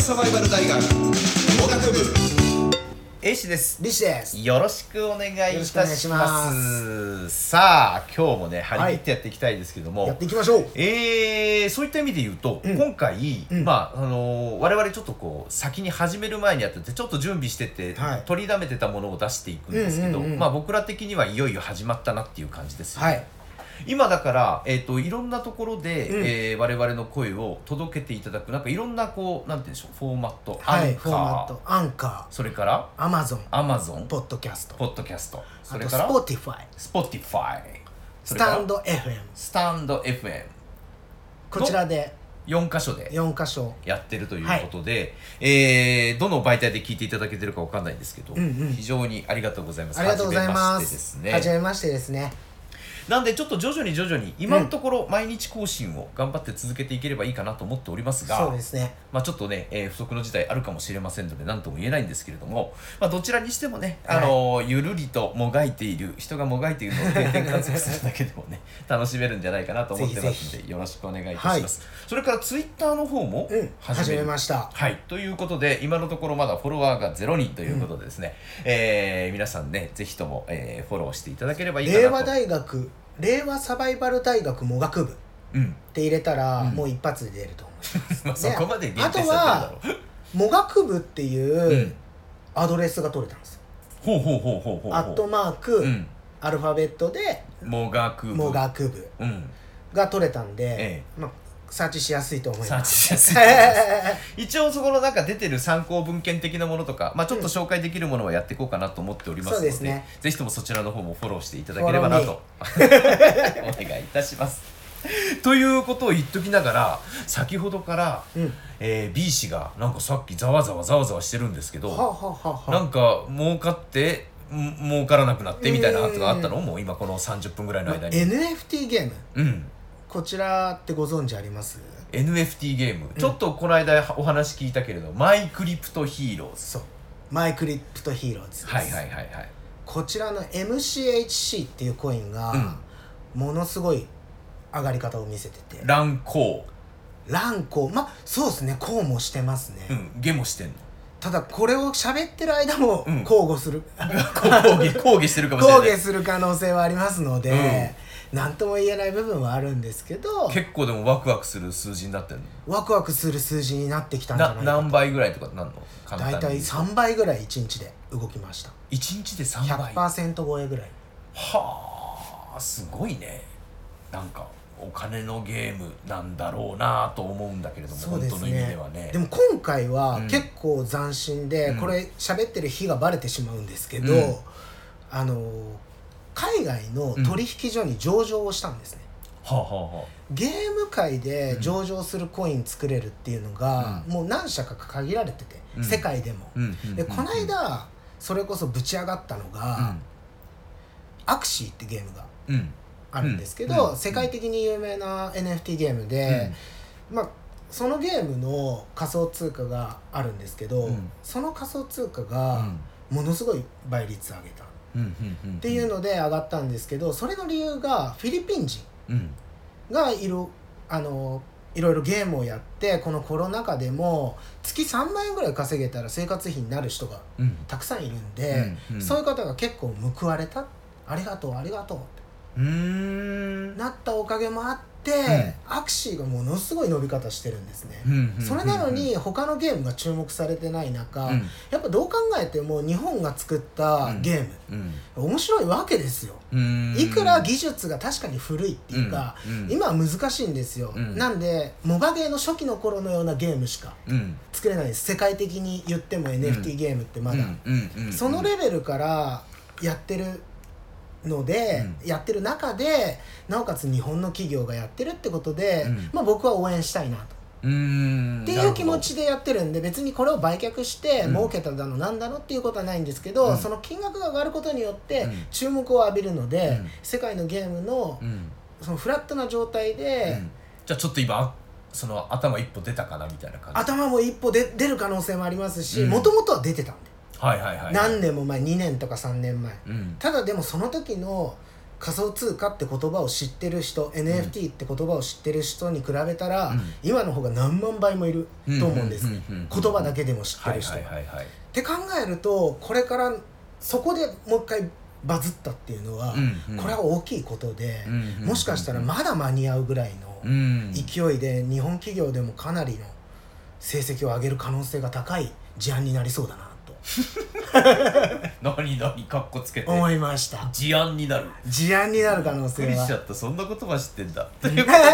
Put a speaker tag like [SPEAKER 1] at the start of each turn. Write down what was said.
[SPEAKER 1] サバイバル大学農学部
[SPEAKER 2] A 氏です
[SPEAKER 3] リシです
[SPEAKER 2] よろしくお願いいたし
[SPEAKER 3] よろ
[SPEAKER 2] ま
[SPEAKER 3] し
[SPEAKER 2] す
[SPEAKER 3] くお願いしま
[SPEAKER 2] さあ今日もね張り切ってやっていきたいですけども、
[SPEAKER 3] やっていきましょう
[SPEAKER 2] えーそういった意味で言うと、今回、まああのー我々ちょっとこう先に始める前にやっててちょっと準備してて、
[SPEAKER 3] はい
[SPEAKER 2] 取りだめてたものを出していくんですけど、
[SPEAKER 3] うんうんうん
[SPEAKER 2] まあ、僕ら的にはいよいよ始まったなっていう感じですよね、
[SPEAKER 3] はい
[SPEAKER 2] 今だから、えー、といろんなところで、
[SPEAKER 3] うん
[SPEAKER 2] えー我々の声を届けていただくなんかいろんなこうなんて言うんでしょうフォーマット、
[SPEAKER 3] は
[SPEAKER 2] アン
[SPEAKER 3] い
[SPEAKER 2] カ
[SPEAKER 3] フォーマッ
[SPEAKER 2] ー
[SPEAKER 3] トアンカ
[SPEAKER 2] それから
[SPEAKER 3] ーアマゾン
[SPEAKER 2] アマゾン
[SPEAKER 3] ポッドキャスト
[SPEAKER 2] ポッドキャストそ
[SPEAKER 3] あ
[SPEAKER 2] れ
[SPEAKER 3] と
[SPEAKER 2] か
[SPEAKER 3] ス
[SPEAKER 2] ら
[SPEAKER 3] ポーティファイ
[SPEAKER 2] Spotify そ
[SPEAKER 3] ス
[SPEAKER 2] れから
[SPEAKER 3] タンド FM
[SPEAKER 2] スタンド FM
[SPEAKER 3] こちらで
[SPEAKER 2] 4箇所で
[SPEAKER 3] 4箇所
[SPEAKER 2] やってるということで、えーどの媒体で聞いていただけてるかわかんないんですけど、
[SPEAKER 3] うんうん
[SPEAKER 2] 非常にありがとうございます
[SPEAKER 3] ありがとうございま
[SPEAKER 2] 初めしてです
[SPEAKER 3] す
[SPEAKER 2] ね
[SPEAKER 3] はじめましてですね
[SPEAKER 2] なんでちょっと徐々に徐々に今のところ毎日更新を頑張って続けていければいいかなと思っておりますが、
[SPEAKER 3] そうですね
[SPEAKER 2] まあ、ちょっとね、えー不測の事態あるかもしれませんので何とも言えないんですけれども、まあ、どちらにしてもね、あのーゆるりともがいている人がもがいているのを定点観測するだけでも ね楽しめるんじゃないかなと思ってますので
[SPEAKER 3] ぜひぜ
[SPEAKER 2] よろしくお願いいたします、それからツイッターの方も
[SPEAKER 3] うん始
[SPEAKER 2] る
[SPEAKER 3] めました
[SPEAKER 2] はい、ということで今のところまだフォロワーが0人ということでですね、えー皆さんねぜひとも、えーフォローしていただければいいかなと
[SPEAKER 3] 令和大学令和サバイバル大学もがく部っ
[SPEAKER 2] うん、
[SPEAKER 3] て入れたら
[SPEAKER 2] うん
[SPEAKER 3] もう一発で出ると思います
[SPEAKER 2] まあ そこまで限定さ
[SPEAKER 3] あ
[SPEAKER 2] れ
[SPEAKER 3] と
[SPEAKER 2] てるだ
[SPEAKER 3] は
[SPEAKER 2] ろ
[SPEAKER 3] もがく部って
[SPEAKER 2] う、う、
[SPEAKER 3] いうんアドレスが取れたんですよ
[SPEAKER 2] ほうほうほうほうほうほう
[SPEAKER 3] アットマーク
[SPEAKER 2] うん
[SPEAKER 3] アルファベットで
[SPEAKER 2] もがくぶ
[SPEAKER 3] もがく部
[SPEAKER 2] うん
[SPEAKER 3] が取れたんで
[SPEAKER 2] え
[SPEAKER 3] まあサーチしやすいと思い
[SPEAKER 2] サー
[SPEAKER 3] ま
[SPEAKER 2] チ
[SPEAKER 3] す
[SPEAKER 2] しやすい 一応そこの中出てる参考文献的なものとか、まあ、ちょっと紹介できるものはやっていこうかなと思っておりますので,、
[SPEAKER 3] うんそうですね
[SPEAKER 2] ぜひともそちらの方もフォローしていただければなと お願いいたします。ということを言っときながら先ほどから、
[SPEAKER 3] うん
[SPEAKER 2] えー B 氏がなんかさっきざわざわざわざわしてるんですけど、
[SPEAKER 3] はあはあはあ
[SPEAKER 2] なんか儲かってん儲からなくなってみたいなことがあったのもう今この30分ぐらいの間に。
[SPEAKER 3] NFT ゲーム
[SPEAKER 2] うん
[SPEAKER 3] こちらってご存知あります
[SPEAKER 2] NFT ゲーム、ちょっとこの間お話聞いたけれどマイクリプトヒーローズ
[SPEAKER 3] そうマイクリプトヒーローズです、
[SPEAKER 2] はいはいはいはい
[SPEAKER 3] こちらの MCHC っていうコインが、ものすごい上がり方を見せてて
[SPEAKER 2] 乱行、
[SPEAKER 3] 乱高まあそうですねこうもしてますね、
[SPEAKER 2] うん、ゲもしてんの
[SPEAKER 3] ただこれを喋ってる間も
[SPEAKER 2] うん
[SPEAKER 3] 交 互する、
[SPEAKER 2] こう 抗議抗議してるかもしれ
[SPEAKER 3] 抗
[SPEAKER 2] な
[SPEAKER 3] 議
[SPEAKER 2] い
[SPEAKER 3] する可能性はありますので、なんとも言えない部分はあるんですけど
[SPEAKER 2] 結構でもワクワクする数字になってる
[SPEAKER 3] ワクワクする数字になってき
[SPEAKER 2] の
[SPEAKER 3] たんじゃ
[SPEAKER 2] な
[SPEAKER 3] ないか
[SPEAKER 2] 何倍ぐらいとかなんの簡単
[SPEAKER 3] 大
[SPEAKER 2] に
[SPEAKER 3] 体3倍ぐらい1日で動きました
[SPEAKER 2] 1日で3倍
[SPEAKER 3] 100%超えぐらい
[SPEAKER 2] はあすごいねなんかお金のゲームなんだろうなと思うんだけれども、
[SPEAKER 3] そう
[SPEAKER 2] 本
[SPEAKER 3] で
[SPEAKER 2] 当
[SPEAKER 3] す
[SPEAKER 2] の意味
[SPEAKER 3] ね
[SPEAKER 2] ではね
[SPEAKER 3] でも今回は
[SPEAKER 2] うん
[SPEAKER 3] 結構斬新で、
[SPEAKER 2] うん
[SPEAKER 3] これ喋ってる日がバレてしまうんですけど、
[SPEAKER 2] うん
[SPEAKER 3] あのー海外の取引所に上場をしたんですね、
[SPEAKER 2] はあはあはあ
[SPEAKER 3] ゲーム界で上場するコイン作れるっていうのが、
[SPEAKER 2] うん
[SPEAKER 3] もう何社か限られてて、
[SPEAKER 2] うん
[SPEAKER 3] 世界でも、
[SPEAKER 2] うんうんうんうん
[SPEAKER 3] でこの間それこそぶち上がったのが、アクシーってゲームが
[SPEAKER 2] うんうん
[SPEAKER 3] あるんですけ
[SPEAKER 2] う
[SPEAKER 3] ど、
[SPEAKER 2] ん
[SPEAKER 3] 世界的に有名な NFT ゲームで、まあそのゲームの仮想通貨があるんですけど、
[SPEAKER 2] うん
[SPEAKER 3] その仮想通貨
[SPEAKER 2] う
[SPEAKER 3] が
[SPEAKER 2] ん
[SPEAKER 3] ものすごい倍率上げたっ
[SPEAKER 2] うんうんん
[SPEAKER 3] ていうので上がったんですけどそれの理由がフィリピン人
[SPEAKER 2] うん
[SPEAKER 3] がいるあのいろいろゲームをやってこのコロナ禍でも月3万円ぐらい稼げたら生活費になる人が
[SPEAKER 2] うん
[SPEAKER 3] たくさんいるんで、
[SPEAKER 2] うんうん
[SPEAKER 3] そういう方が結構報われたありがとうありがとうって
[SPEAKER 2] うーん
[SPEAKER 3] なったおかげもあって、アクシーがものすごい伸び方してるんですね、それなのに他のゲームが注目されてない中、
[SPEAKER 2] うん
[SPEAKER 3] やっぱどう考えても日本が作ったゲーム、
[SPEAKER 2] うん
[SPEAKER 3] 面白いわけですよ
[SPEAKER 2] うん
[SPEAKER 3] いくら技術が確かに古いっていうか、
[SPEAKER 2] うんうん
[SPEAKER 3] 今は難しいんですよ、
[SPEAKER 2] うん
[SPEAKER 3] なんでモバゲーの初期の頃のようなゲームしか
[SPEAKER 2] うん
[SPEAKER 3] 作れないです世界的に言っても
[SPEAKER 2] う
[SPEAKER 3] NFT ゲームってまだ、
[SPEAKER 2] うんうんうん
[SPEAKER 3] そのレベルからやってるので、やってる中でなおかつ日本の企業がやってるってことで、
[SPEAKER 2] うん
[SPEAKER 3] まあ、僕は応援したいなと。
[SPEAKER 2] うーん
[SPEAKER 3] っていう気持ちでやってるんで別にこれを売却して儲けただのなんだのっていうことはないんですけど、
[SPEAKER 2] うん
[SPEAKER 3] その金額が上がることによって
[SPEAKER 2] うん
[SPEAKER 3] 注目を浴びるので、
[SPEAKER 2] うん
[SPEAKER 3] 世界のゲームの
[SPEAKER 2] なるほどうん
[SPEAKER 3] そのフラットな状態で、
[SPEAKER 2] うんじゃあちょっと今その頭一歩出たかなみたいな感じ
[SPEAKER 3] 頭も一歩で出る可能性もありますし
[SPEAKER 2] うん
[SPEAKER 3] もともとは出てたんで、
[SPEAKER 2] はいはいはい
[SPEAKER 3] 何年も前2年とか3年前、
[SPEAKER 2] うん
[SPEAKER 3] ただでもその時の仮想通貨って言葉を知ってる人、NFT って言葉を知ってる人に比べたら、
[SPEAKER 2] うん
[SPEAKER 3] 今の方が何万倍もいると思うんです、
[SPEAKER 2] うんうんうんうん
[SPEAKER 3] 言葉だけでも知って
[SPEAKER 2] は
[SPEAKER 3] る
[SPEAKER 2] い
[SPEAKER 3] 人、
[SPEAKER 2] はいはいはい
[SPEAKER 3] って考えるとこれからそこでもう一回バズったっていうのは、
[SPEAKER 2] うんうん
[SPEAKER 3] これは大きいことで、
[SPEAKER 2] うんうんうん
[SPEAKER 3] もしかしたらまだ間に合うぐらいの
[SPEAKER 2] うん
[SPEAKER 3] 勢いで日本企業でもかなりの成績を上げる可能性が高い事案になりそうだなと
[SPEAKER 2] 何何かっこつけて
[SPEAKER 3] 思い ました
[SPEAKER 2] 事案になる
[SPEAKER 3] 事案になる可能
[SPEAKER 2] びっ
[SPEAKER 3] 性
[SPEAKER 2] くりしちゃ
[SPEAKER 3] は
[SPEAKER 2] ったそんな言葉知ってんだということで